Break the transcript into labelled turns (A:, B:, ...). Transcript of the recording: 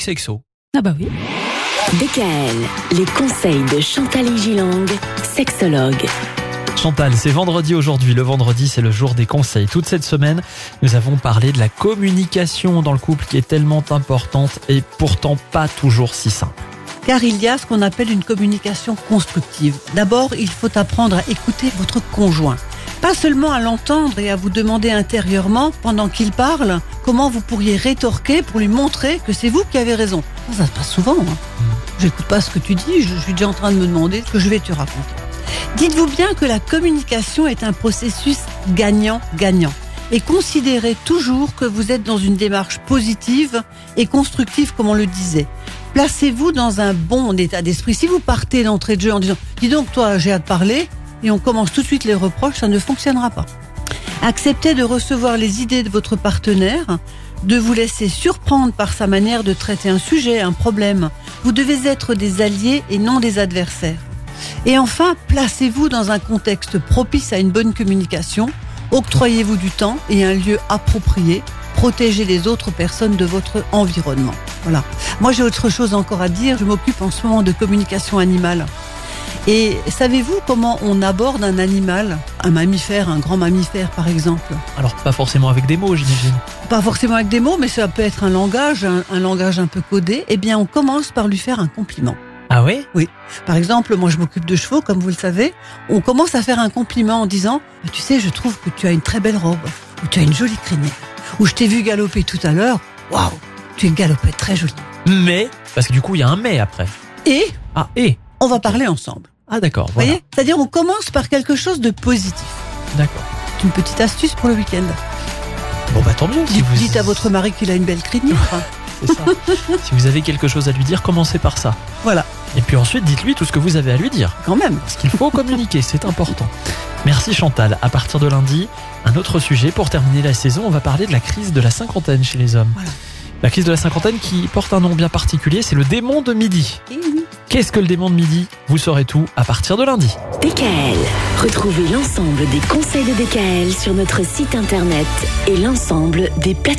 A: XXO.
B: Ah bah oui.
C: DKL, les conseils de Chantal et Gilang, sexologue.
A: Chantal, c'est vendredi aujourd'hui. Le vendredi, c'est le jour des conseils. Toute cette semaine, nous avons parlé de la communication dans le couple qui est tellement importante et pourtant pas toujours si simple.
D: car il y a ce qu'on appelle une communication constructive. D'abord, il faut apprendre à écouter votre conjoint. Pas seulement à l'entendre et à vous demander intérieurement, pendant qu'il parle, comment vous pourriez rétorquer pour lui montrer que c'est vous qui avez raison. Ça, ça se passe souvent. hein. J'écoute pas ce que tu dis, je, je suis déjà en train de me demander ce que je vais te raconter. Dites-vous bien que la communication est un processus gagnant-gagnant. Et considérez toujours que vous êtes dans une démarche positive et constructive, comme on le disait. Placez-vous dans un bon état d'esprit. Si vous partez d'entrée de jeu en disant Dis donc, toi, j'ai à te parler, et on commence tout de suite les reproches, ça ne fonctionnera pas. Acceptez de recevoir les idées de votre partenaire, de vous laisser surprendre par sa manière de traiter un sujet, un problème. Vous devez être des alliés et non des adversaires. Et enfin, placez-vous dans un contexte propice à une bonne communication. Octroyez-vous du temps et un lieu approprié. Protégez les autres personnes de votre environnement. Voilà. Moi, j'ai autre chose encore à dire. Je m'occupe en ce moment de communication animale. Et savez-vous comment on aborde un animal, un mammifère, un grand mammifère par exemple
A: Alors, pas forcément avec des mots, j'imagine.
D: Pas forcément avec des mots, mais ça peut être un langage, un, un langage un peu codé. Eh bien, on commence par lui faire un compliment.
A: Ah ouais
D: Par exemple, moi je m'occupe de chevaux, comme vous le savez. On commence à faire un compliment en disant Tu sais, je trouve que tu as une très belle robe, ou tu as une jolie crinière, ou je t'ai vu galoper tout à l'heure. Waouh, tu galopais très jolie.
A: Mais Parce que du coup, il y a un mais après.
D: Et
A: Ah, et
D: on va parler ensemble.
A: Ah d'accord,
D: Vous
A: voilà.
D: voyez C'est-à-dire, on commence par quelque chose de positif.
A: D'accord.
D: C'est une petite astuce pour le week-end.
A: Bon bah tant mieux. Si
D: Dites,
A: vous...
D: dites à votre mari qu'il a une belle hein, crinière.
A: C'est ça. si vous avez quelque chose à lui dire, commencez par ça.
D: Voilà.
A: Et puis ensuite, dites-lui tout ce que vous avez à lui dire.
D: Quand même.
A: Parce qu'il faut communiquer, c'est important. Merci Chantal. À partir de lundi, un autre sujet pour terminer la saison. On va parler de la crise de la cinquantaine chez les hommes.
D: Voilà.
A: La crise de la cinquantaine qui porte un nom bien particulier, c'est le démon de midi.
D: Eh oui.
A: Qu'est-ce que le démon de midi Vous saurez tout à partir de lundi.
C: DKL, retrouvez l'ensemble des conseils de DKL sur notre site internet et l'ensemble des plateformes.